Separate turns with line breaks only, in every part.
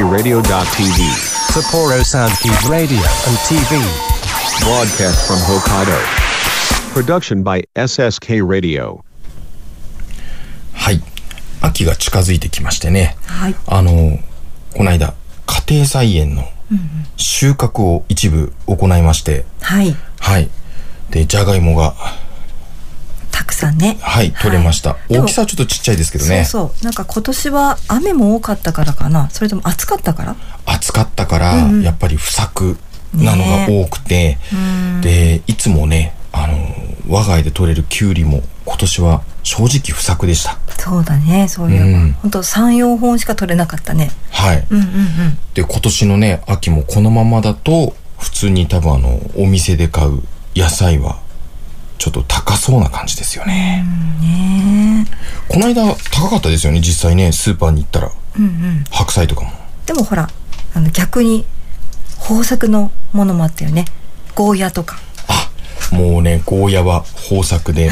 SSKRadio.tv.
Sapporo Sound Cube Radio and TV.
Broadcast from Hokkaido. Production by SSK Radio.
はい秋が近づいてきましてね、
はい
あのこの間家庭菜園の収穫を一部行いまして、
はい。
はいでじゃがいもが
たくさんね。
はい取れました、
でも
大きさはちょっとちっちゃいですけどね
そうそう。なんか今年は雨も多かったからかな。それとも暑かったから。
暑かったから、やっぱり不作なのが多くて、でいつもねあの我が家で取れるきゅうりも今年は正直不作でした
そうだね。そういう。
うん
本当三四本しか取れなかったね。
はい、
うんうんうん。
で今年のね秋もこのままだと普通に多分あのお店で買う野菜はちょっと高そうな感じですよね。この間高かったですよね実際ねスーパーに行ったら
うんうん。
白菜とかも
でもほら、あの逆に豊作のものもあったよね。ゴーヤとか。
あもうねゴーヤは豊作 で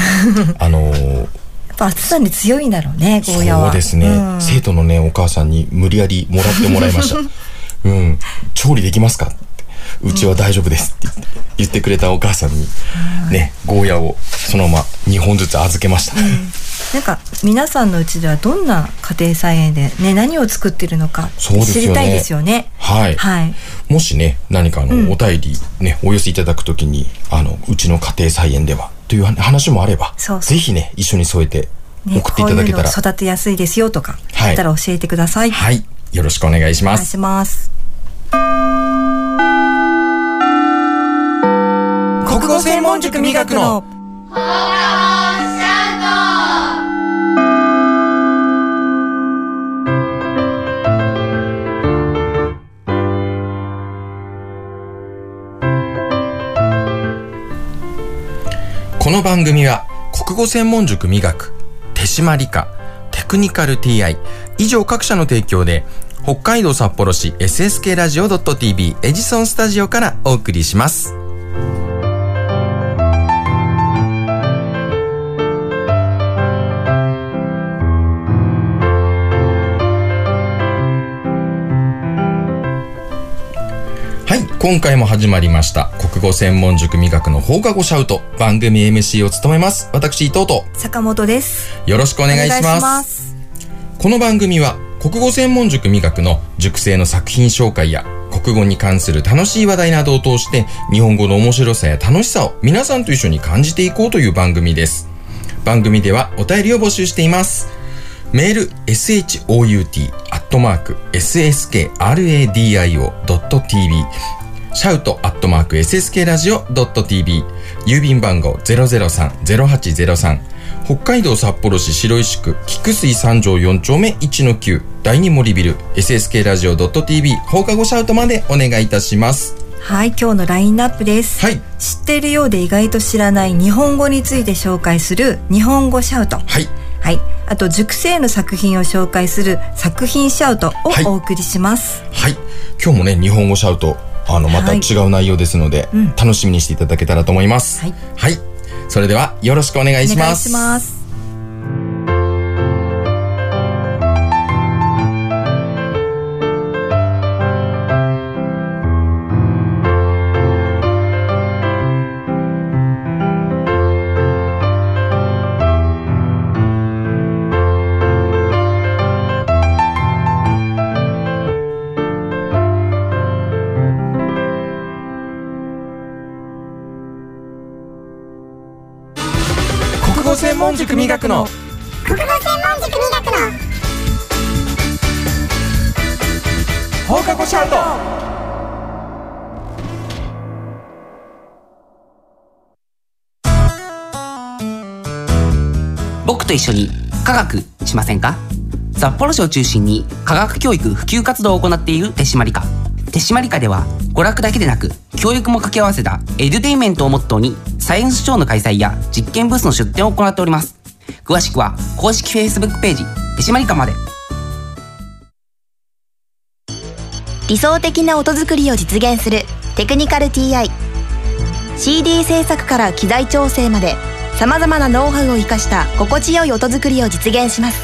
あのー
やっぱ暑さに強いんだろうね。ゴーヤは。
そうですね、
うん
生徒のねお母さんに無理やりもらってもらいました うん調理できますかってうちは大丈夫ですって言って言ってくれたお母さんにねゴーヤをそのまま2本ずつ預けました、
なんか皆さんのうちではどんな家庭菜園でね何を作ってるのか
そうですよね
知りたいですよね。
はい、
はい。
もしね何かあの、お便りねお寄せいただくときにあのうちの家庭菜園ではという話もあれば
そうそう
ぜひね一緒に添えて
ね、
送っていただけた
こういうの
ら、
育てやすいですよとか、
はい
あったら教えてください。お
はいよろしくお願いしま
願い
す
します。
国語専門塾磨くのこの番組は国語専門塾美学手島理科テクニカル TI 以上各社の提供で北海道札幌市 SSK ラジオ .tv エジソンスタジオからお送りしますはい今回も始まりました国語専門塾美学の放課後シャウト番組 MC を務めます私伊藤と
坂本です。
よろしくお願いします
お願いす。
この番組は国語専門塾美学の塾生の作品紹介や国語に関する楽しい話題などを通して日本語の面白さや楽しさを皆さんと一緒に感じていこうという番組です番組ではお便りを募集していますメール shout アットマーク sskradio.tv シャウトアットマーク SSK ラジオ .tv 郵便番号003-0803北海道札幌市白石区菊水三条4丁目1の9第二森ビル SSK ラジオ .tv 放課後シャウトまでお願いいたします
はい、今日のラインナップです。
はい
知っているようで意外と知らない日本語について紹介する日本語シャウト。
はい
はい。あと熟成の作品を紹介する作品シャウト
はい
をお送りします。
はい今日もね日本語シャウトあのまた
はい
違う内容ですので、楽しみにしていただけたらと思います
はい、
それではよろしくお願いし
お願
ま
い
す
します。
国語専門塾磨くの
国語専門塾美学の
放課後シャウト
僕と一緒に科学しませんか札幌市を中心に科学教育普及活動を行っている手締まり課手締まり課では娯楽だけでなく教育も掛け合わせたエデュテインメントをモットーにサイエンスショーの開催や実験ブースの出展を行っております詳しくは公式 Facebook ページ手締まり課まで
理想的な音作りを実現するテクニカル TICD 制作から機材調整までさまざまなノウハウを生かした心地よい音作りを実現します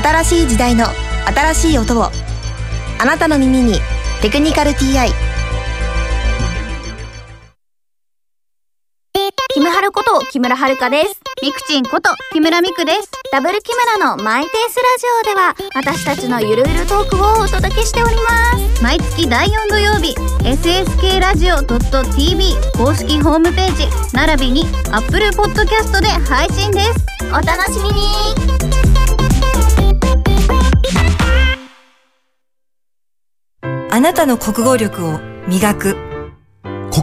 新しい時代の新しい音をあなたの耳に「テクニカル TI」
キムハルこと木村遥です。ミクチンこと木村ミクです。ダブル木村のマイペースラジオでは私たちのゆるゆるトークをお届けしております。毎月第4土曜日、SSK ラジオ .tv 公式ホームページ、並びに Apple Podcast で配信です。お楽しみに
あなたの国語力を磨く
国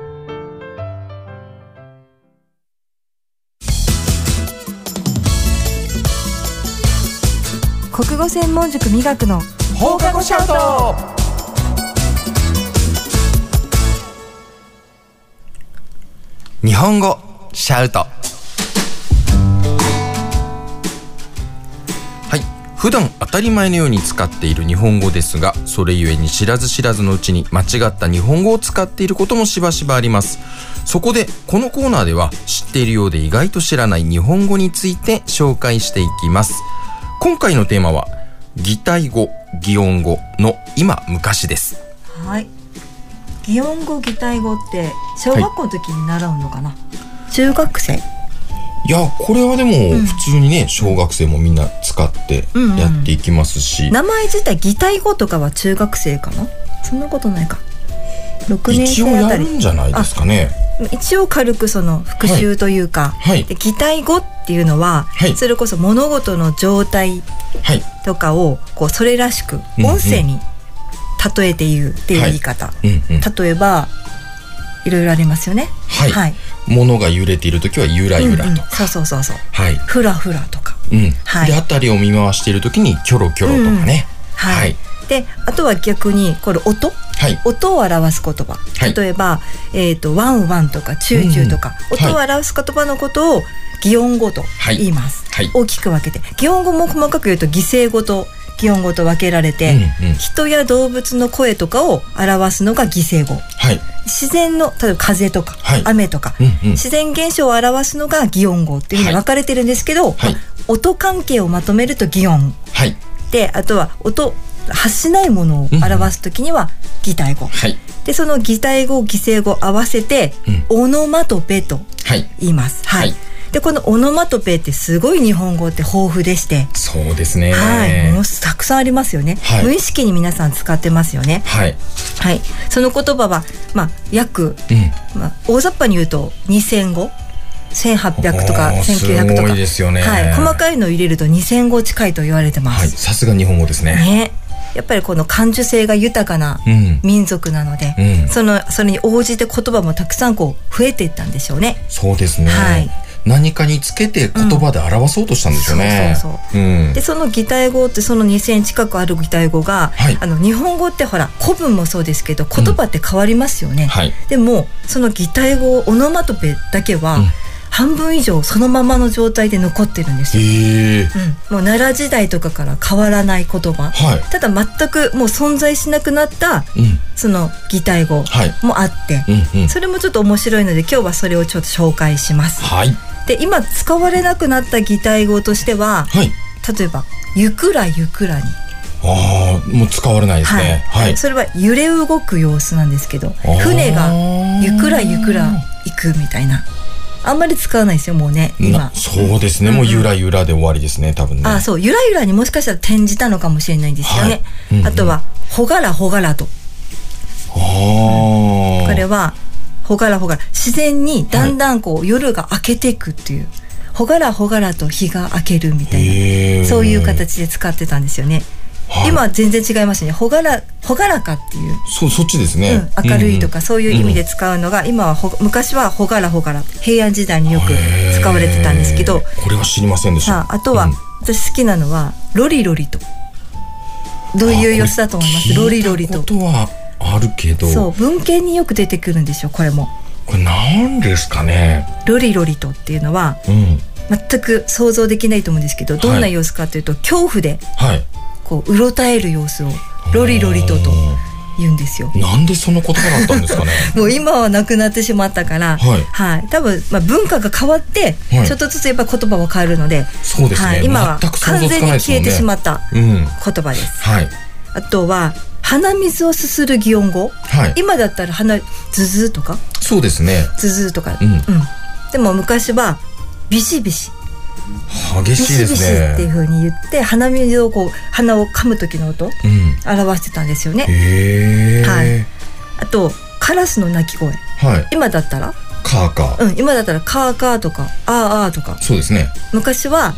国語専門塾磨くの
放課後シャウト日本語シャウトはい普段当たり前のように使っている日本語ですがそれゆえに知らず知らずのうちに間違った日本語を使っていることもしばしばありますそこでこのコーナーでは知っているようで意外と知らない日本語について紹介していきます今回のテーマは擬態語擬音語の今昔です
はい擬音語擬態語って小学校の時に習うのかな、中学生
いやこれはでも普通にね、小学生もみんな使って
うんうん
やっていきますし、
名前自体擬態語とかは中学生かなそんなことないか6年
一応
生あ
や
た
る
り
んじゃないですかね
一応軽くその復習というか、
はい
で擬態語っていうのは、
はい
それこそ物事の状態
はい
とかをこうそれらしく
うんうん
音声に例えて言うっていう言い方、
うんうん
例えばいろいろありますよね
はい、物が揺れている時はゆらゆらと、
うんうんそうそうそうそう
はい
ふらふらとか
うん、
はい
で辺りを見回している時にキョロキョロとかね、
はい、
はい
であとは逆にこれ音
はい
音を表す言葉、
い
例えば、えーと「ワンワン」とか「チューチュー」とか、
うん
音を表す言葉のことを擬音語と
はい
言います、
はい
大きく分けて擬音語も細かく言うと擬声語と擬音語と分けられて、
うんうん
人や動物の声とかを表すのが擬声語
はい
自然の例えば風とか、
はい
雨とか、
うんうん
自然現象を表すのが擬音語っていうふうに分かれてるんですけど、
はい
音関係をまとめると擬音
はい
であとは音発しないものを表すときには擬態語、
はい
でその擬態語擬声語合わせて、オノマトペと
はい
言います。はい、
はい
でこのオノマトペってすごい日本語って豊富でして、
そうですね
はい、ものすたくさんありますよね、
はい
無意識に皆さん使ってますよね。
はい
はい、その言葉はまあ約、
う
まあ、大雑把に言うと2000語。1800とか
おー
1900と
す
か
ごいですよね
はい、細かいのを入れると2000語近いと言われてま
はい
す、
さすが日本語ですね
ね、やっぱりこの感受性が豊かな
うん
民族なので、
うん
そのそれに応じて言葉もたくさんこう増えていったんでしょうね。
そうですね、
はい
何かにつけて言葉で表そうとしたんですよね、
そうそうそう
うん
でその擬態語ってその2,000近くある擬態語が、
はい
あの日本語ってほら古文もそうですけど言葉って変わりますよね。
はい
でもその擬態語オノマトペだけは、
ん
半分以上そのままの状態で残ってるんですよ。
へえ
うん、もう奈良時代とかから変わらない言葉、
はい
ただ全くもう存在しなくなった
うん
その擬態語
はい
もあって、
うんうん
それもちょっと面白いので今日はそれをちょっと紹介します。
はい
で今使われなくなった擬態語としては
はい
例えば「ゆくらゆくらに
ああもう使われない」ですねはい、
それは揺れ動く様子なんですけど
ー
船がゆくらゆくら行くみたいなあんまり使わないですよもうね
な
今。
そうですね、もうゆらゆらで終わりですね多分ね
あそうゆらゆらにもしかしたら転じたのかもしれないですよね。
はいうんうん
あとは「ほがらほがらと」
あー
これはほがらほがら自然にだんだんこう、夜が明けていくっていうほがらほがらと日が明けるみたい
へー
なそういう形で使ってたんですよね。
はい
今は全然違いましたね。ほがら、ほがらかっていう、
そうそっちです
う
ね、
ん、明るいとか
うん
そういう意味で使うのが、今はほ、昔はほがらほがら、平安時代によく
へー
使われてたんですけど、
これは知りませんでした
さあ、あとは、
うん
私好きなのは、ロリロリと。どういう様子だと思いますロリロリ
聞い
と。
たことはあるけど
そう、文献によく出てくるんですよ、これも。
これなんですかね
ロリロリとっていうのは、
うん
全く想像できないと思うんですけどどんな様子かというと、恐怖で
はい
こううろたえる様子をロリロリとと言うんですよ。
なんでその言葉だったんですかね
もう今はなくなってしまったから、
はい
多分、まあ、文化が変わって、
はい
ちょっとずつやっぱ言葉は変わるので
そうですね、
はい、今は
全く想
完
像つ
全
かないで
に
すも
消
ん
え
ね
てしまった
うん
言葉です。
はい
あとは鼻水をすする擬音語、
はい
今だったら鼻ズズーとか
そうですね
ズズーとか、
うん
でも昔はビシビシ
激
ビ
しい
シ
で
ビシ
すね
っていう風に言って鼻水をこう鼻を噛む時の音
うん
表してたんですよね。
へえ
はいあとカラスの鳴き声
はい、
今だったら
カーカー、
うん今だったらカーカーとかあーあーとか
そうですね
昔は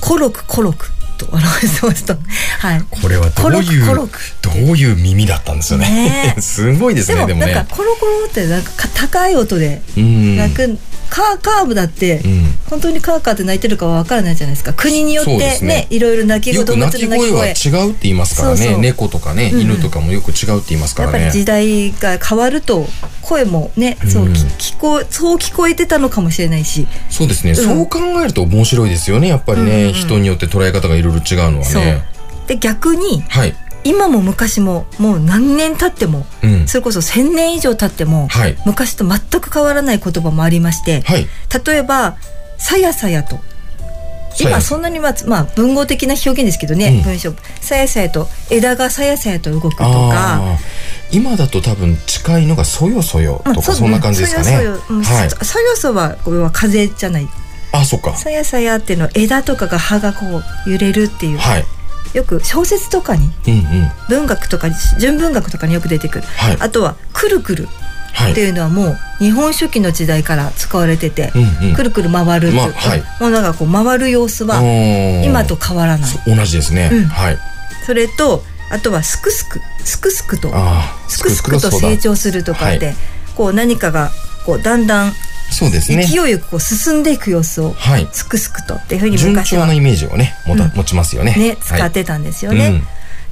コロクコロクと表してました。 はい。
これはどういう
コロクコロク
どういう耳だったんですよね
ね え
すごいです
で
ね
も
でも
なん
ね
かコロコロってなんか高い音で
うん
泣く、カーカーブだって、
うん
本当にカーカーって泣いてるかは分からないじゃないですか国によって
そうで
ね
すね
いろいろ泣き
よ
声
く
動
鳴き
物の鳴き
声は
声
違うって言いますからね
そうそう
猫とかね、
うんうん
犬とかもよく違うって言いますか
や
ら
っぱ
ね
り時代が変わると声もねそう、
うん
き聞こえそう聞こえてたのかもしれないし、
そうですね、そう考えると面白いですよねやっぱりね、人によって捉え方がいろいろ違うのは
そう
ね
で逆に
はい
今も昔ももう何年経っても、
うん
それこそ1,000年以上経っても、
はい
昔と全く変わらない言葉もありまして、
はい
例えば「さやさや」と
さや
今そんなにまあ、まあ、文豪的な表現ですけどね、
うん
文章「さやさや」と「枝がさやさやと動く」とか。
あー今だと多分近いのがそよそよとか、そんな感じですかね、
さや
はい
さやそはこれは風じゃない。
あそっか
さやさやっていうのは枝とかが葉がこう揺れるっていう、
はい
よく小説とかに
うんうん
文学とかに純文学とかによく出てくる。
はい
あとはくるくる
は
って
い
いうのはもう日本書紀の時代から使われてて、
うんうん
くるくる回るっていう、
まあはい
ものがこう回る様子は今
今
と変わらない。
同じですね、
うん
はい
それとあとはすくすくすくすくと
ああ
すくすくと成長するとかって、
は
こう何かがこうだんだん
そうですね
勢いよくこう進んでいく様子を
はい
すくすくとっていうふうに
順
昔
調
は
なイ
ね
メージをね持た、
うん
持ちますよね
使ってたんですよ
はいうん
ね。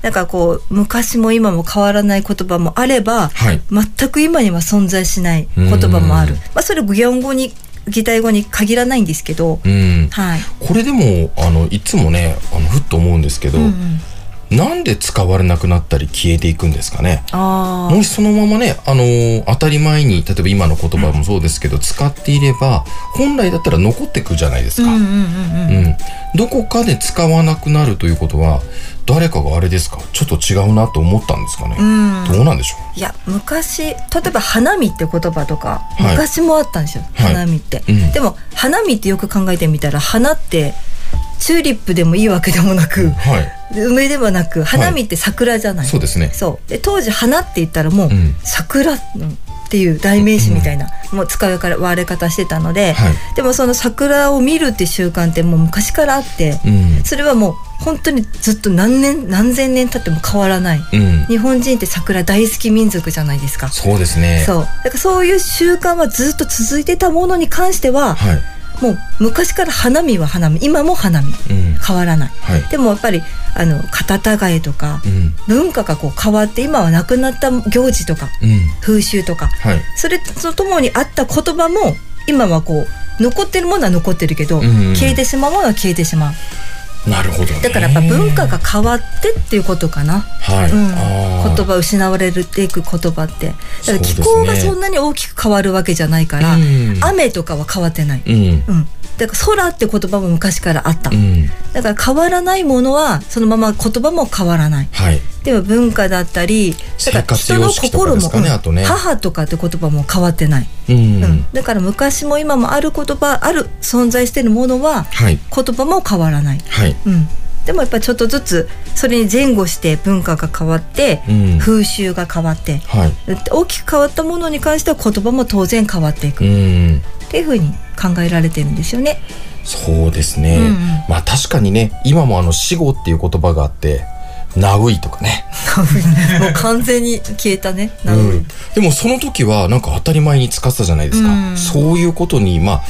だからこう昔も今も変わらない言葉もあれば、
はい
全く今には存在しない言葉もある
うん。
まあそれ擬音語に擬態語に限らないんですけど、
うん
はい。
これでもあのいつもねあのふっと思うんですけど、
うんうん
なんで使われなくなったり消えていくんですかね
あー
もしそのままね、あのー当たり前に例えば今の言葉もそうですけど、使っていれば本来だったら残ってくじゃないです
うん
か、
うんうんうん。
うん、どこかで使わなくなるということは誰かがあれですかちょっと違うなと思ったんですかね、
うん
どうなんでしょ
いや昔例えば花見って言葉とか
はい
昔もあったんですよ、
はい
花見って、
うん
でも花見ってよく考えてみたら花ってチューリップでもいいわけでもな
う、
く、
はい
梅でもなく花見って桜じゃない、
そうですね
そうで当時花って言ったらもう、
うん
桜っていう代名詞みたいな、もう使われ方してたので、
はい
でもその桜を見るって習慣ってもう昔からあって、
うん
それはもう本当にずっと何年何千年経っても変わらない、
うん
日本人って桜大好き民族じゃないですか。
そうですね
そう。だからそういう習慣はずっと続いてたものに関しては、
はい
もう昔から花見は花見、今も花見、
うん
変わらない。
はい
でもやっぱりあの肩たがえとか、
うん
文化がこう変わって今はなくなった行事とか
うん
風習とか、
はい
それとともにあった言葉も今はこう残ってるものは残ってるけど、
んうん
消えてしまうものは消えてしまう。
なるほどね
だからやっぱ文化が変わってっていうことかな。
はい、
う
あ
ん、
ー
言葉失われていく言葉ってだから気
そう
候
です
が
ね
そんなに大きく変わるわけじゃないから、
うん
雨とかは変わってない、
うん
うん、だから空って言葉も昔からあった、
うん
だから変わらないものはそのまま言葉も変わらない
はい
では文化だったりだから
生活様式とかですかねあとね
母とかって言葉も変わってない、
うん、
うんだから昔も今もある言葉ある存在してるものは
はい
言葉も変わらない
はい
うん、でもやっぱちょっとずつそれに前後して文化が変わって、
うん
風習が変わって
はい
大きく変わったものに関しては言葉も当然変わっていく
う
っ
ん
ていうふうに考えられてるんですよね。
そうですね、
うんうん
まあ確かにね今もあの死後っていう言葉があってナウイとかね、
もう完全に消えたね。
う
なるほど
ん、でもその時はなんか当たり前に使ってたじゃないですか、
うん
そういうことにまあ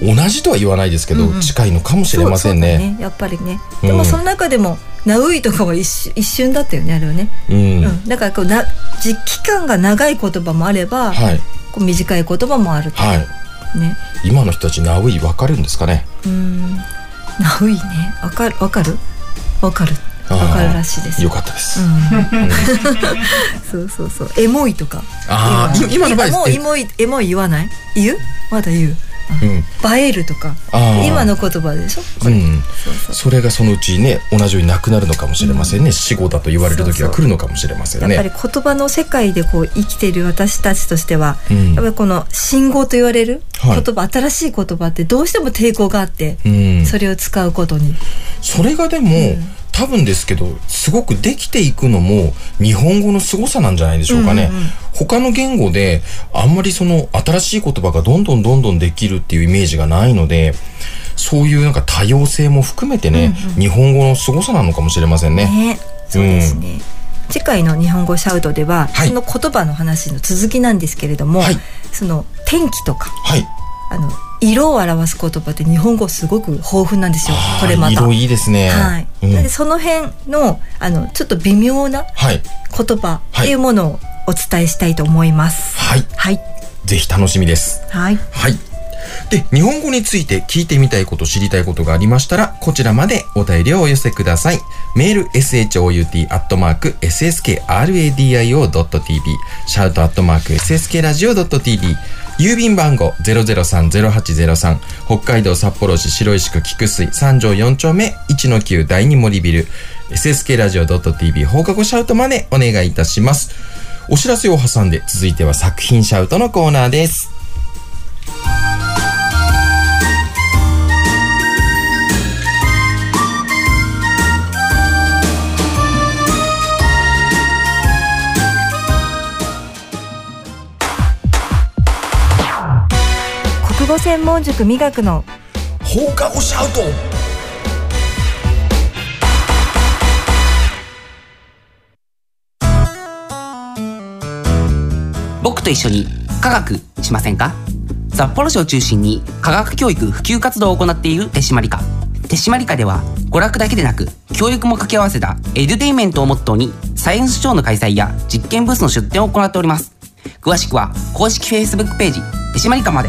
同じとは言わないですけど、
うんうん
近いのかもしれません
そう
ね
そうだやっぱりね。
うん
でもその中でも、ナウイとかは一瞬一瞬だったよねあれはね。
うん、
うん。だからこうなじ期間が長い言葉もあれば、
はい
こう短い言葉もあると。
はい
ね
今の人たちナウイ分かるんですかね
うーんナウイねわかるわかるわかる
あー
わかるらしいです
よかったです、
そうそうそうエモいとか
ああい今の場合
もう
え
エモいエモい言わない言うまだ言う
うん
あ映えるとか
あー
今の言葉でしょこ
う
れ、
ん
そうそう
それがそのうちね同じようになくなるのかもしれませんね、死後だと言われる時が来るのかもしれません
やっぱり
ね
言葉の世界でこう生きている私たちとしては、
うん
やっぱりこの信号と言われる言
はい
葉、新しい言葉ってどうしても抵抗があって、
うん
それを使うことに。
それがでも、多分ですけどすごくできていくのも日本語の凄さなんじゃないでしょうかね、他の言語であんまりその新しい言葉がどんどんどんどんできるっていうイメージがないのでそういうなんか多様性も含めてね、日本語の凄さなのかもしれませんね。
ね、そうですね。次回の日本語シャウトでは、
はい
その言葉の話の続きなんですけれども、
はい
その天気とか
はい、
あの色を表す言葉って日本語すごく豊富なんですよ
あー
これまた。
色いいですね。
はい。
うん、
なんでその辺のあのちょっと微妙な
はい、
言葉っていうものをお伝えしたいと思います。
はい、
はい。
ぜひ楽しみです。
はい。
はい。で、日本語について聞いてみたいこと、知りたいことがありましたら、こちらまでお便りをお寄せください。メール、shout.sskradio.tv、shout.sskradio.tv、郵便番号003-0803、北海道札幌市白石区菊水3条4丁目1-9第2森ビル、sskradio.tv 放課後シャウトまでお願いいたします。お知らせを挟んで、続いては作品シャウトのコーナーです。
国語専門塾美学の
放課後シャウト
僕と一緒に科学しませんか札幌市を中心に科学教育普及活動を行っている手締まり課手締まり課では娯楽だけでなく教育も掛け合わせたエデュテインメントをモットーにサイエンスショーの開催や実験ブースの出展を行っております詳しくは公式 Facebook ページ手締まり課まで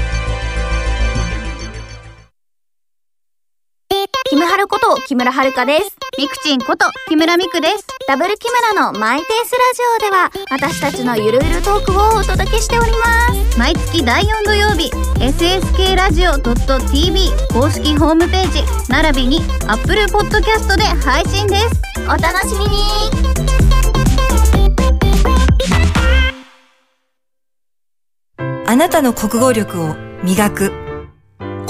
キムハルこと木村遥です。ミクチンこと木村ミクです。ダブル木村のマイペースラジオでは私たちのゆるゆるトークをお届けしております。毎月第4土曜日、sskradio.tv 公式ホームページ、並びに Apple Podcast で配信です。お楽しみに
あなたの国語力を磨く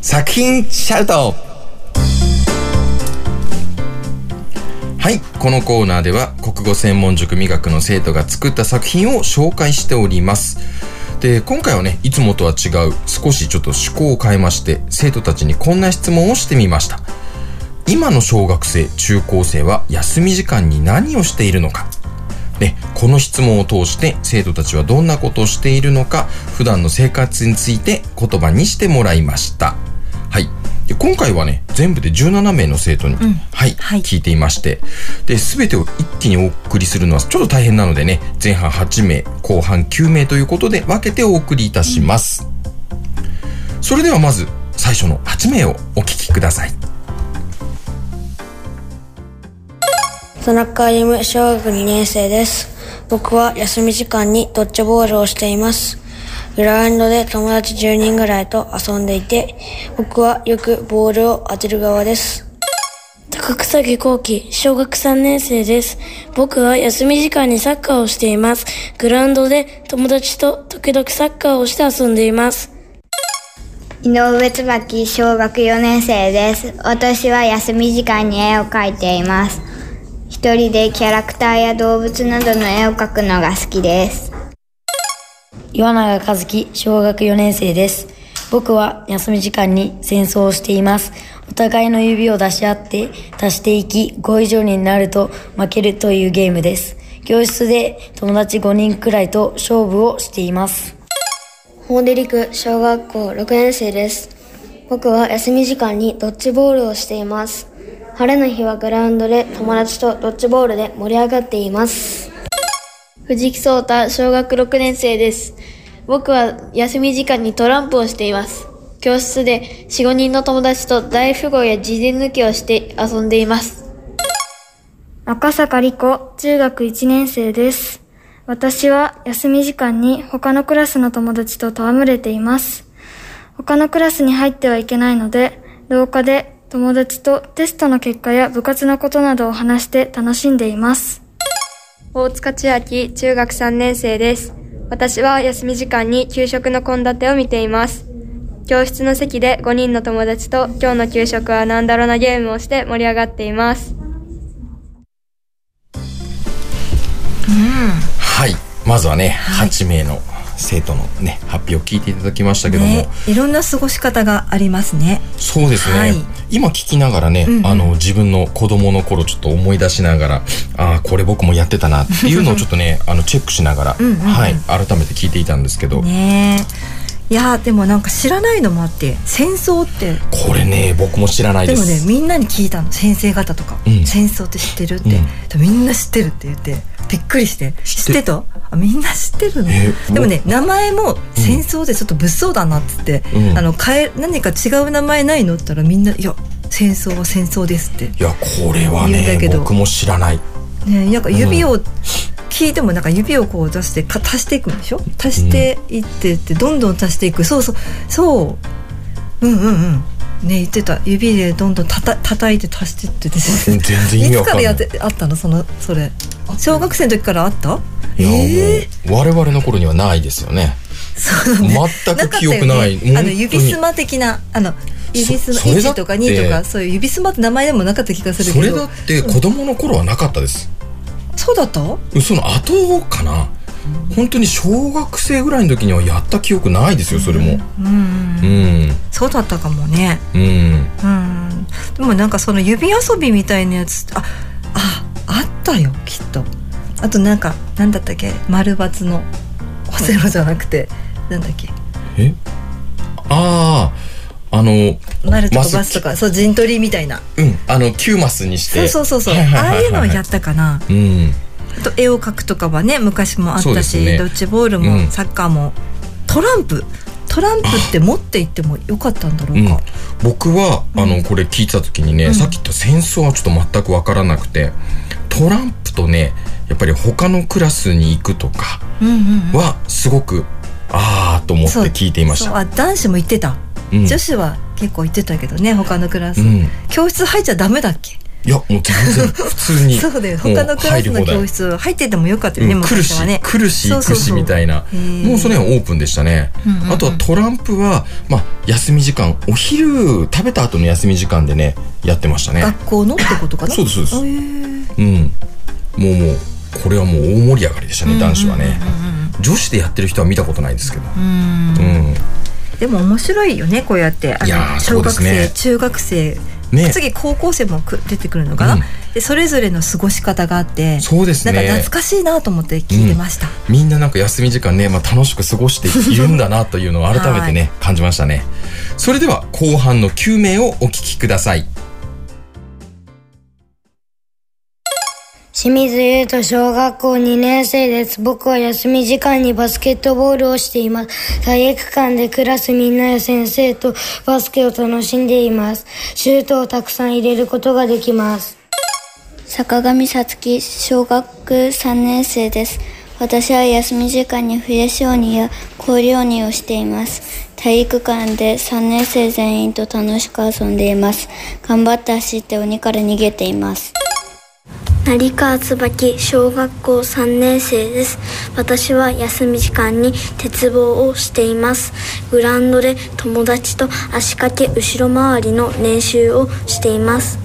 作品シャウトはいこのコーナーでは国語専門塾美学の生徒が作った作品を紹介しておりますで今回はねいつもとは違う少しちょっと趣向を変えまして生徒たちにこんな質問をしてみました今の小学生中高生は休み時間に何をしているのかね、この質問を通して生徒たちはどんなことをしているのか普段の生活について言葉にしてもらいましたはいで今回はね全部で17名の生徒に、はい、
はい
聞いていましてで全てを一気にお送りするのはちょっと大変なのでね前半8名後半9名ということで分けてお送りいたします、それではまず最初の8名をお聞きください
田中歩夢小学2年生です。僕は休み時間にドッジボールをしています。グラウンドで友達10人ぐらいと遊んでいて、僕はよくボールを当てる側です。高格下げ後期、小学3年生です。僕は休み時間にサッカーをしています。グラウンドで友達と時々サッカーをして遊んでいます。
井上椿小学4年生です私は休み時間に絵を描いています一人でキャラクターや動物などの絵を描くのが好きです
岩永和樹、小学4年生です。僕は休み時間に戦争をしています。お互いの指を出し合って足していき5以上になると負けるというゲームです。教室で友達5人くらいと勝負をしています。ホーデリク小学校6年生です。僕は休み時間にドッジボールをしています。晴れの日はグラウンドで友達とドッジボールで盛り上がっています。藤木聡太小学6年生です。僕は休み時間にトランプをしています。教室で4、5人の友達と大富豪や事前抜きをして遊んでいます。赤坂理子中学1年生です。私は休み時間に他のクラスの友達と戯れています。他のクラスに入ってはいけないので、廊下で友達とテストの結果や部活のことなどを話して楽しんでいます。
大塚千秋、中学3年生です。私は休み時間に給食の献立を見ています。教室の席で5人の友達と今日の給食は何だろうなゲームをして盛り上がっています。
はい。まずはね、8名の生徒のね、発表を聞いていただきましたけども、
ね、いろんな過ごし方がありますね。
そうですね、
はい
今聞きながらね、
うんうん
あの自分の子供の頃ちょっと思い出しながらああこれ僕もやってたなっていうのをちょっと ねあのチェックしながら、
んうんうん
はい、改めて聞いていたんですけど、
ねえいやーでもなんか知らないのもあって戦争って
これね僕も知らない
で
で
も
す
ねみんなに聞いたの先生方とか、
うん
戦争って知ってるって、
うん
でみんな知ってるって言ってびっくりして知ってたあみんな知ってるの、
え
でもね名前も戦争でちょっと物騒だなっつって、
うん
あの変え何か違う名前ないのって言ったらみんないや戦争は戦争ですって
いやこれは
言うんだ
ね
けど
僕も知らない
ねなんか指を、聞いてもなんか指をこう出してか足していくんでしょ足していってってどんどん足していくそうそうそううんうんうんね言ってた指でどんどんたた叩いて足してってです
全然意
い
味
つ
わ
か
かん
ら
な
や
い
ってあったのそのそれ小学生の時からあった
いやもう
ええ
我々の頃にはないですよね
そうだね
全く記憶ない
かったよね
本
あの
当に
指すま的なあの指すま
そそれだ
1
って
とか2とかそういう指すまって名前でもなかった気がする
そ
け
れだ
ど
って子供の頃はなかったです
そうだった
その後かな本当に小学生ぐらいの時にはやった記憶ないですよそれも
うんうん
うん
そうだったかもね
うん
うんでもなんかその指遊びみたいなやつあああったよきっとあとなんかなんだったっけ丸抜のオセロじゃなくてなんだっけ
あああの
丸とかバスとかそう陣取りみたいな
うんあの9マスにして
そうそうそう
は
そう
いはい
あ
は
あ
い
いうのを
はい
やったかな
うん
あと絵を描くとかはね昔もあっ
そうで
た
す
し、
ね
ドッジボール
うん
もサッカーも、トランプトランプって持って行ってもよかったんだろうか、
僕はあのこれ聞いた時にね、さっき言った戦争はちょっと全く分からなくてトランプとねやっぱり他のクラスに行くとか
うん、うんうん
はすごくああと思って聞いていまし
そう
た。
あ男子も行ってた、
うん
女子は結構行ってたけどね他のクラス、
うん
教室入っちゃダメだっけ
いやもう全然普通に
そうだよ
もう
他のクラ
入
スの
り放題
教室入っててもよかったよね、
うん、来るし、
昔はね
来るし
そ
行
うそ
く
うそ
し
う
みたいな
へー
もうそれはオープンでしたね、
うんうんうん
あとはトランプは、まあ、休み時間お昼食べた後の休み時間でねやってましたね
学校のってことかな
そうですそうです
へー
うんもうもうこれはもう大盛り上がりでしたね男子はね、女子でやってる人は見たことないんですけど
う
う
ん
ん
でも面白いよねこうやってあ
いやー
の
そ
小
うで
学
す
生、
ね
中学生
ね
次高校生もく出てくるのかな、
うん
でそれぞれの過ごし方があって
そうです
なんか
ね
懐かしいなと思って聞いてました、
みんななんか休み時間ね、まあ、楽しく過ごしているんだなというのを改め てね感じましたねそれでは後半の9名をお聞きください
清水優斗小学校2年生です。僕は休み時間にバスケットボールをしています。体育館でクラスみんなや先生とバスケを楽しんでいます。シュートをたくさん入れることができます。
坂上さつき小学3年生です
私は休み時間にフレッシュ鬼や氷鬼をしています。体育館で3年生全員と楽しく遊んでいます。頑張って走って鬼から逃げています。
成川椿小学校3年生です私は休み時間に鉄棒をしていますグラウンドで友達と足掛け後ろ回りの練習をしています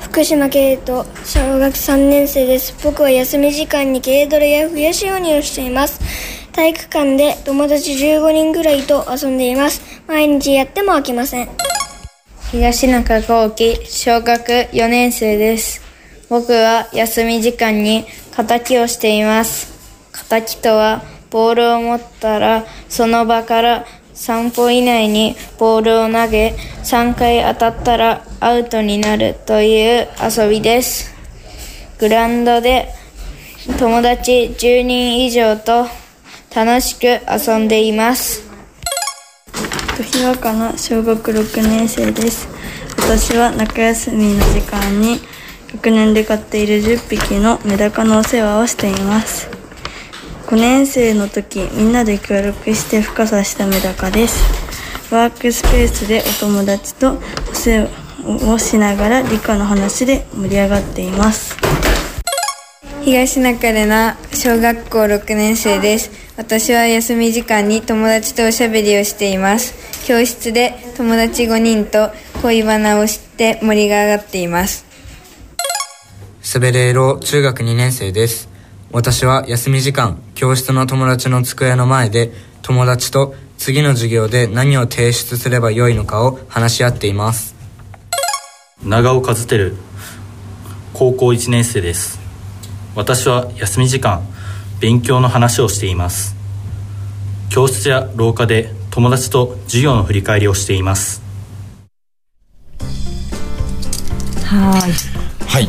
福島慶斗小学3年生です僕は休み時間に軽トラや増やし鬼をしています体育館で友達15人ぐらいと遊んでいます毎日やっても飽きません
東中幸輝小学4年生です僕は休み時間に敵をしています敵とはボールを持ったらその場から3歩以内にボールを投げ3回当たったらアウトになるという遊びですグラウンドで友達10人以上と楽しく遊んでいます
時はかな小学6年生です私は中休みの時間に学年で飼っている10匹のメダカのお世話をしています5年生の時みんなで協力して孵化させたメダカですワークスペースでお友達とお世話をしながら理科の話で盛り上がっています
東中れな小学校6年生です私は休み時間に友達とおしゃべりをしています教室で友達5人と恋バナをして盛りが上がっています
すべれいろ中学2年生です。私は休み時間、教室の友達の机の前で、友達と次の授業で何を提出すればよいのかを話し合っています。
長尾和輝高校1年生です私は休み時間勉強の話をしています教室や廊下で友達と授業の振り返りをしています
はい
はい。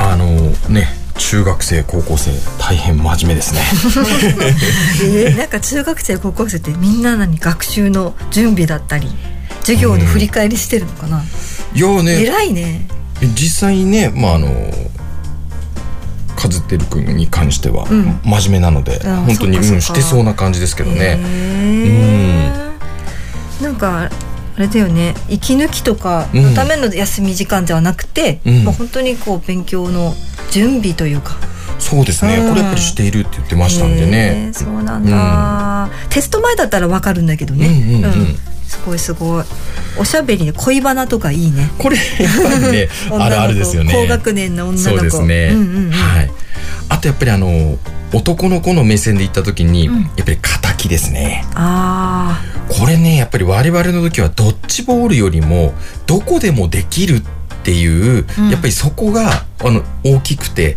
あのね、中学生、高校生、大変真面目 ですね。
えーなんか中学生高校生ってみんな何学習の準備だったり授業の振り返りしてるのかな、
いやね、
偉いね
実際ね、まああの、カズテル君に関しては、
うん
真面目なので、
あー
本当に
そっ
う
かそっか
んしてそうな感じですけどね。
なんかあれだよね息抜きとかのための休み時間ではなくて、
うん
もう本当にこう勉強の準備というか
そうですね、
うん
これやっぱりしているって言ってましたんで
へ
ね
ー。そうなんだ、テスト前だったらわかるんだけどね、
うんうんうん
すごいすごいおしゃべりで恋バナとかいいね
これやっぱり ねあるあるですよね
高学年の女の子
そうですね、
うんうんうん
はい。あとやっぱりあの、男の子の目線で言った時に、
うん
やっぱり敵ですね。
ああ
これねやっぱり我々の時はドッジボールよりもどこでもできるっていう、
うん
やっぱりそこがあの大きくて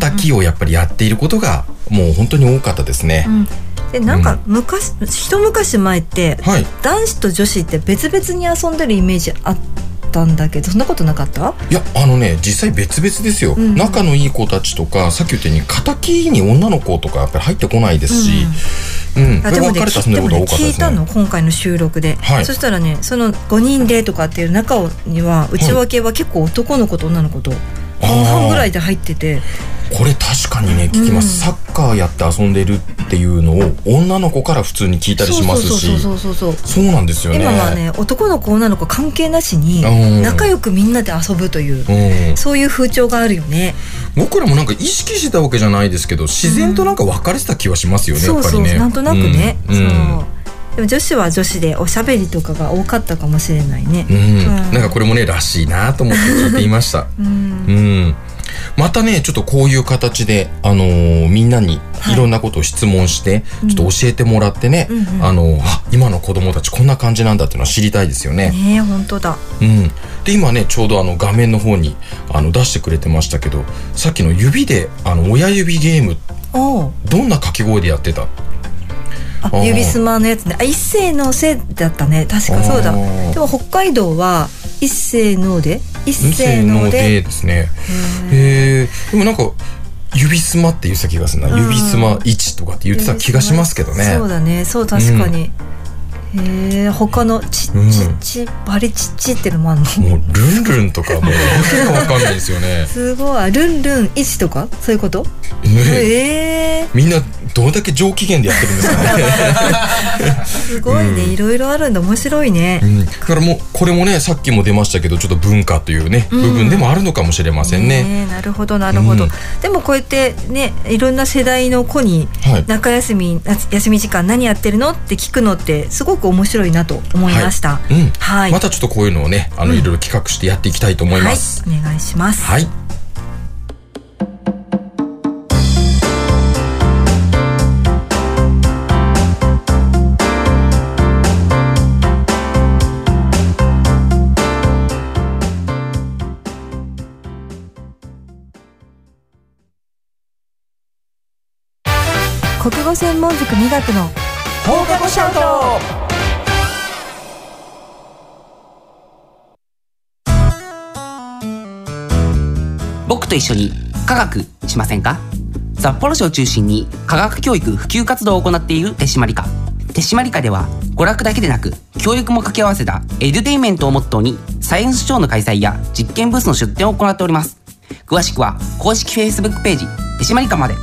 敵をやっぱりやっていることがもう本当に多かったですね。
でなんか昔、一昔前って、
はい
男子と女子って別々に遊んでるイメージあったんだけどそんなことなかった
いやあのね実際別々ですよ、
うん
仲のいい子たちとかさっき言ったように敵に女の子とかやっぱり入ってこないですし、うん
あでもね
別れたそんな
で
こ
も
とが
ね
多かった
聞
で
い
すね
たの今回の収録で、
はい
そしたらねその5人でとかっていう中には内訳は結構男の子と女の子と半々ぐらいで入ってて
これ確かにね聞きます、
うん
サッカーやって遊んでるっていうのを女の子から普通に聞いたりしますし
そうそうそうそうそう
そうなんですよね
今はね男の子女の子関係なしに
うん
仲良くみんなで遊ぶという
うん
そういう風潮があるよね
僕らもなんか意識してたわけじゃないですけど自然となんか分かれてた気はしますよね、
そ
や
う
っぱ
そ
り
う
ね
なんとなくね、
うんうん
でも女子は女子でおしゃべりとかが多かったかもしれないね
うんなんかこれもねらしいなと思って聞いていました、
うん
うん、またねちょっとこういう形で、あのーみんなにいろんなことを質問して、
うん
ちょっと教えてもらってね、
うんうん
あのーあ今の子供たちこんな感じなんだっていうのは知りたいですよね。
ねえ本当だ
うん、で今ねちょうどあの画面の方にあの出してくれてましたけどさっきの指であの親指ゲーム
おう
どんな掛け声でやってた
あ
あー
指すまのやつねあ一斉のせだったね確かそうだ
あー
でも北海道は一斉ので一斉の
で
で
ですねへえでもなんか指すまって言ってた気がするな、
うん
指すま1とかって言ってた気がしますけどね
そうだねそう確かに、へえ他のち
うん
ちバリちっちってのもある
もう
の
ルンルンとかもうわけがわかんないですよね
すごいルンルン一とかそういうことええ
みんなどれだけ上機嫌でやってるんですかね
すごいね、
うん
いろいろあるんだ面白いね、
うん、だからもうこれもねさっきも出ましたけどちょっと文化というね
うん
部分でもあるのかもしれませんね。
ねえなるほどなるほど、
うん
でもこうやってねいろんな世代の子に
はい
中休み、夏休み時間何やってるのって聞くのってすごく面白いなと思いましたは
うん
はい
またちょっとこういうのをねあのいろいろ企画してやっていきたいと思います。
いお願いします
はい、
国語専門塾美学の放課後シャウト
僕と一緒に科学しませんか札幌市を中心に科学教育普及活動を行っている手締まり課手締まり課では娯楽だけでなく教育も掛け合わせたエデュテインメントをモットーにサイエンスショーの開催や実験ブースの出展を行っております詳しくは公式 Facebook ページ手締まり課まで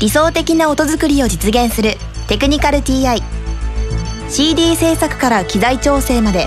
理想的な音作りを実現するテクニカル TICD 制作から機材調整まで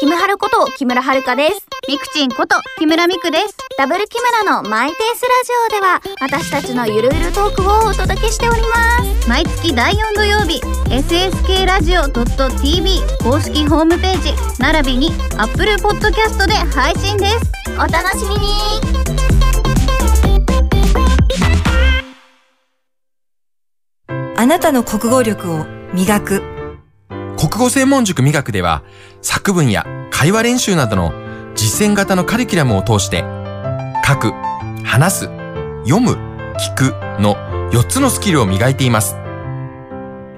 キムハルこと木村遥です。ミクチンこと木村ミクです。ダブル木村のマイペースラジオでは私たちのゆるゆるトークをお届けしております。毎月第4土曜日、sskradio.tv 公式ホームページ、並びに Apple Podcast で配信です。お楽しみに
あなたの国語力を磨く
国語専門塾美学では作文や会話練習などの実践型のカリキュラムを通して書く、話す、読む、聞くの4つのスキルを磨いています。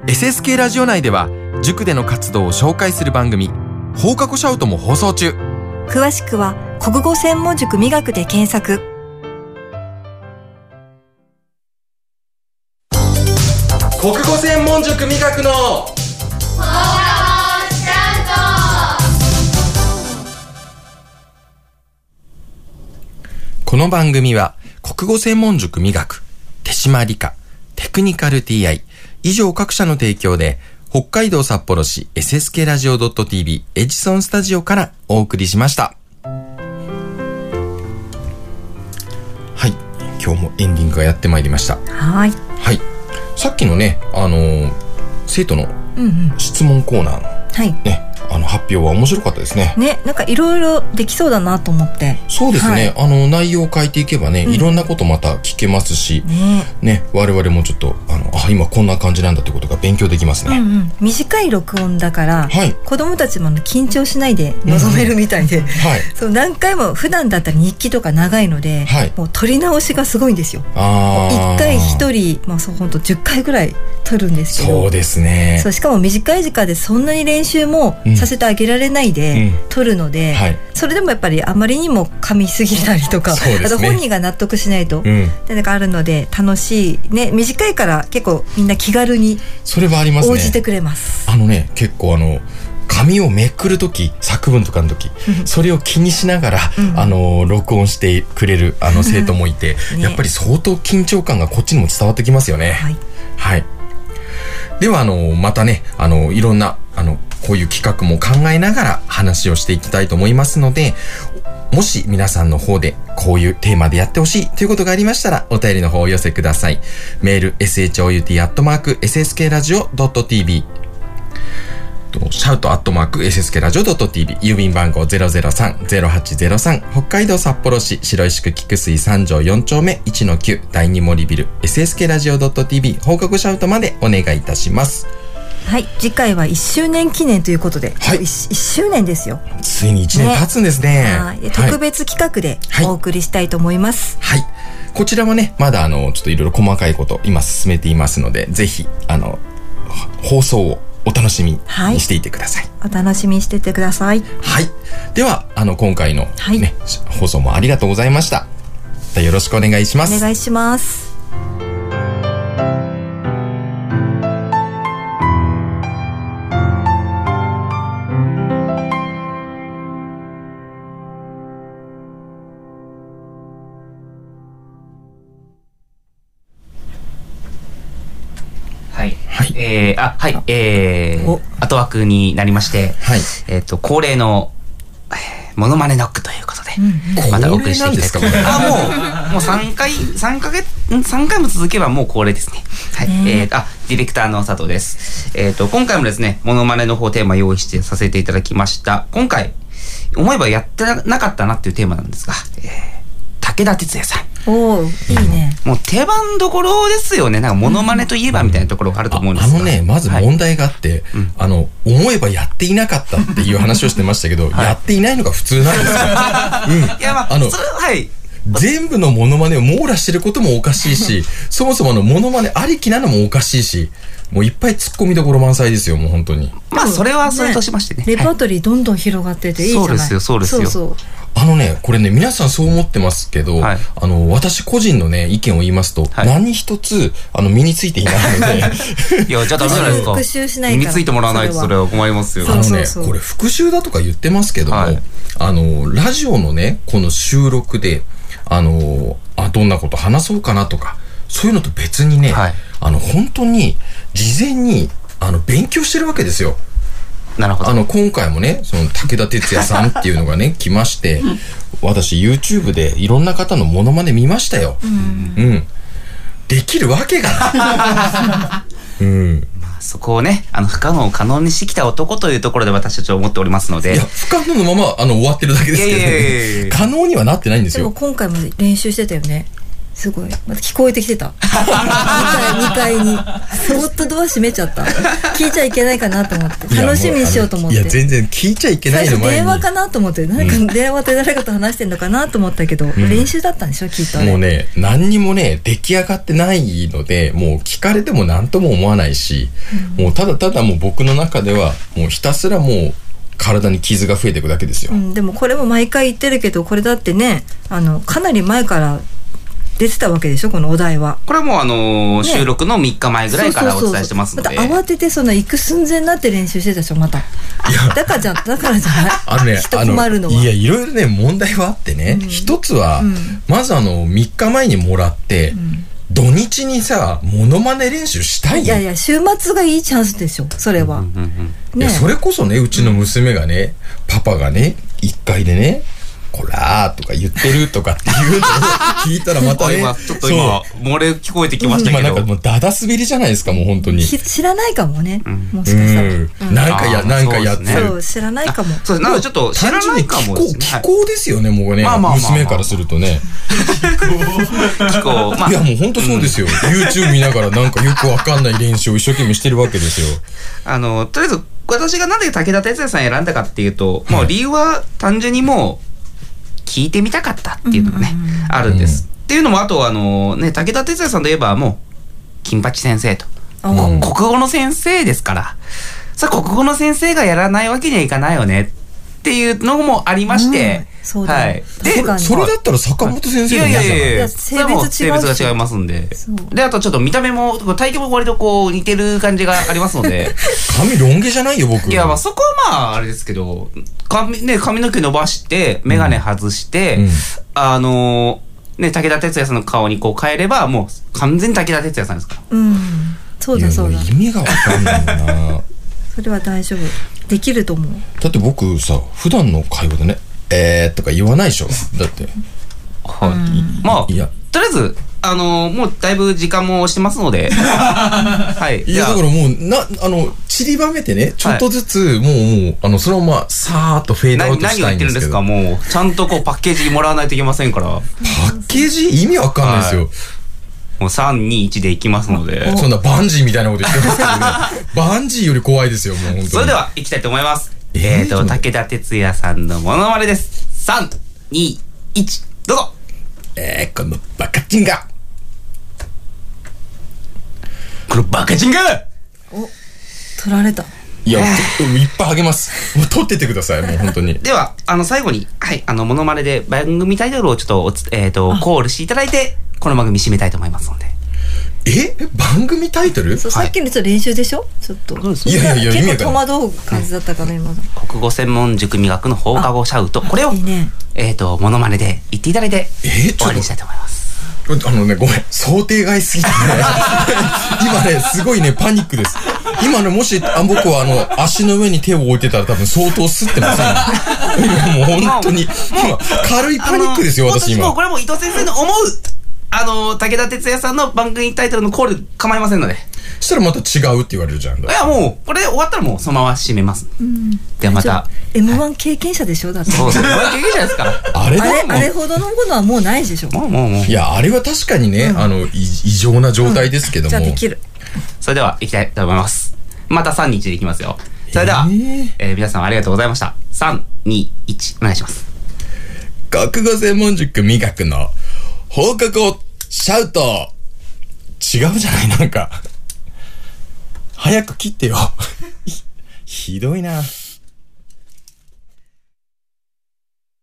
SSK ラジオ内では塾での活動を紹介する番組放課後シャウトも放送中。
詳しくは国語専門塾美学で検索
国語専門塾美学のこの番組は国語専門塾美学、手島理科、テクニカル TI 以上各社の提供で北海道札幌市 SSK ラジオ .tv エジソンスタジオからお送りしました。はい。今日もエンディングがやってまいりました。
はい
はい。さっきのね、あのー生徒の
うんうん
質問コーナー、
はい
ね、あの発表は面白かったですね。
ねなんかいろいろできそうだなと思って
そうですね、
は
あの内容を変えていけばね、
うん
いろんなことまた聞けますし、
いね
ね、我々もちょっと、あの、あ、今こんな感じなんだってことが勉強できます
うん
ね。
うん、短い録音だから、子供たちも緊張しないで臨めるみたいで、
はい。
そう何回も普段だったら日記とか長いので、もう撮り直しがすごいんですよ。
ああ。
一回一人、まあ、そう本当10回ぐらい撮るんですけど
そうですね
そうしかも短い時間でそんなに練習も
うん
させてあげられないで
うん
撮るので、
はい
それでもやっぱりあまりにも噛みすぎたりとか、
そうで
あ
すね
と本人が納得しない
う
と、
ん
でなんかあるので楽しいね短いから結構みんな気軽に
それはありますね
応じてくれます。
あのね、結構あの、紙をめくるとき、作文とかのとき、それを気にしながら、あの、録音してくれる、あの、生徒もいて、
ね
やっぱり相当緊張感がこっちにも伝わってきますよね。はい。では、あの、またね、あの、いろんな、あの、こういう企画も考えながら話をしていきたいと思いますので、もし皆さんの方でこういうテーマでやってほしいということがありましたらお便りの方をお寄せください。メール shout.sskradio.tv とシャウトアットマーク sskradio.tv 郵便番号003-0803北海道札幌市白石区菊水三条4丁目1の9第二森ビル sskradio.tv 放課後シャウトまでお願いいたします。
はい、次回は1周年記念ということで、はい、1, 周年ですよ。
ついに1年経つんですね。
はいで
はい
特別企画でお送りしたいと思います。
はい。こちらはね、まだあの、ちょっといろいろ細かいこと今進めていますので、ぜひ、あの、放送をお楽しみにしていてください。
お楽しみにしててください。
はい。では、あの、今回の、ね放送もありがとうございました。またよろしくお願いします
お。願いします。
はい。えー、あ、はい、えー、後枠になりまして、えっ、と、恒例の、えーモノマネノックということで、またお送りしていきたいと思います。 あ、もう、もう3回、三ヶ月、ん3回も続けばもう恒例ですね。はい。えーあ、ディレクターの佐藤です。えっ、と、今回もですね、モノマネの方テーマ用意してさせていただきました。今回、思えばやってなかったなっていうテーマなんですが、えー武田鉄矢さん。
おお、いいね。
もう定番どころですよね。なんかモノマネといえばみたいなところがあると思うんです
あ
が、
のね、まず問題があって、あの、思えばやっていなかったっていう話をしてましたけど、やっていないのが普通なんです よ。うん。
いや、ま
あの、
はい。
全部のモノマネを網羅してることもおかしいし、そもそもあのモノマネありきなのもおかしいし、もういっぱい突っ込みどころ満載ですよ、もう本当に。
まあ、それはそれとしましてね。
レパートリーどんどん広がってていいじゃない。
そうですよそうですよ
そう
あのね、これね、皆さんそう思ってますけど、あの、私個人のね、意見を言いますと、何一つ、あの、身についていないので、
いや、じゃあダメじゃないですか。
復習しないから
身についてもらわないとそれは困りますよ。
あのね、これ復習だとか言ってますけども、あの、ラジオのね、この収録で、あの、あ、どんなこと話そうかなとか、そういうのと別にね、あの、本当に、事前に、あの、勉強してるわけですよ。
なるほ
ど。あの、今回もね、その、武田鉄矢さんっていうのが ね、来まして、私、YouTube でいろんな方のモノマネ見ましたよ。うん。できるわけが ない。うん。
そこをね、あの、不可能を可能にしてきた男というところで私たちは思っておりますので。いや、
不可能のまま、あの、終わってるだけですけどね可能にはなってないんです
でも
よ。
今回も練習してたよね。すごい。また聞こえてき てた。2階、2階に。そーっとドア閉めちゃった。聞いちゃいけないかなと思って。
いや
楽しみにしようと思っ
い
て。
や、全然聞いちゃいけない
最
の
初
前
電
に。
話かなと思って、なん
うん
か電話で誰かと話してんのかなと思ったけど、
ん
練習だったんでしょ、きっとあれ。
もうね、何にもね、出来上がってないので、もう聞かれても何とも思わないし、もうただただもう僕の中では、もうひたすらもう体に傷が増えていくだけですよ。
うん、でもこれも毎回言ってるけど、これだってね、あの、かなり前から出てたわけでしょ、このお題は。
これはもうあのー
ね
収録の3日前ぐらいからお伝えしてますので。
だって慌ててその行く寸前になって練習してたでしょまただからじゃだからじゃない
あのね、
人困るのは
あのいや、いろいろね、問題はあってね、一つは、まずあの、3日前にもらって、土日にさ、モノマネ練習したい
いやいや週末がいいチャンスでしょそれは、
いやそれこそねうちの娘がねパパがね1階でね「こらー」とか言ってるとかっていうのを聞いたらま たね
今、ちょっと今、漏れ聞こえてきましたけ
今な
ど。
んかもうダダ滑りじゃないですかもう本当に
ひ知らないかもね、もし
う
かしたら、
んなんかや
あー
なんかやって
そう
る
知らないかも
そうなのでちょっと知らないかもですね。
気候ですよねもうね
まあまあまあまあ
娘からするとね
気候まあ
いやもう本当そうですよ YouTube 見ながらなんかよくわかんない練習を一生懸命してるわけですよ
あの、とりあえず、私がなんで武田鉄矢さん選んだかっていうと、もう理由は単純にもう、聞いてみたかったっていうのがね、あるんです。っていうのも、あと、あの、ね、武田鉄矢さんといえばもう、金八先生と。
うん
こ国語の先生ですから、さ国語の先生がやらないわけにはいかないよねっていうのもありまして、
そうだ
はい。
確かにそれだった
ら坂本先生の
い
方
やい
じゃな
や
い
いやいや、
性別違うし
それはも性別が違いますんで。で、あとちょっと見た目も、体型も割とこう似てる感じがありますので。
髪ロン毛じゃないよ僕
いや、まあそこはまああれですけど、髪、ね、髪の毛伸ばして、メガネ外して、あのーね、武田鉄矢さんの顔にこう変えれば、もう完全に武田鉄矢さんですから。
うんそうだそうだ
意味がわかんないな
それは大丈夫できると思う
だって僕さ普段の会話でね「えー」とか言わないで しょだって
まあ、
いや
とりあえず、あのーもうだいぶ時間も押してます ので。はい。
いやだからもうなあの散りばめてねちょっとずつもう、もうあのそのままさーっとフェードアウ
何
トし
何
たい
を言っ
んで
てるん
す
で
け
す
ど
かもう、ちゃんとこうパッケージもらわないといけませんから。
パッケージ意味わかんないですよ。
もう3、2、1でいきますので。
そんなバンジーみたいなこと言ってますけどね バンジーより怖いですよもう本当に
それでは、いきたいと思います。えっ、ー、と、武田鉄矢さんのモノマネです。3、2、1、どうぞ
えー、このバカチンガ
このバカチンガ
お取られた
いや、いっぱい励ます。もう取っててください、もう本当 に。
では、あの、最後に、はい、あの、モノマネで番組タイトルをちょっとおつ、えっ、と、コールしていただいて、この番組締めたいと思いますので。
え番組タイトル
そうさっきのちょっと練習でしょちょっと
すねいやいやいや意味
結構
わかん
戸惑う感じだったかな今の
国語専門塾磨くの放課後シャウト。これを、えっ、と、モノマネで言っていただいて、終わりにしたいと思います。
あのね、ごめん、想定外すぎてね。 今ね、すごいね、パニックです。今ね、もし、あ僕はあの、足の上に手を置いてたら多分相当すってますよ、 今もう本当に。今、軽いパニックですよ、
あの
私
もう
今
こ。れもう伊藤先生の思う、あの、武田鉄矢さんの番組タイトルのコール構いませんので。
したらまた違うって言われるじゃん。い
や、もう、これ終わったらもう、そのまま締めます。ではまた、
M1 経験者でしょだって
そうそう、これ経験者ですから。
あれ
あ
だ
れ
もん
あれほどのものはもうないでしょ
いや、あれは確かにね、あの、い異常な状態ですけども。
る
それでは行きたいと思います。また3、2、1でいきますよ。それでは、えー皆さんありがとうございました。3、2、1、お願いします。
国語専門塾美学の放課後シャウト違うじゃない なんか。早く切ってよ。ひひどいな。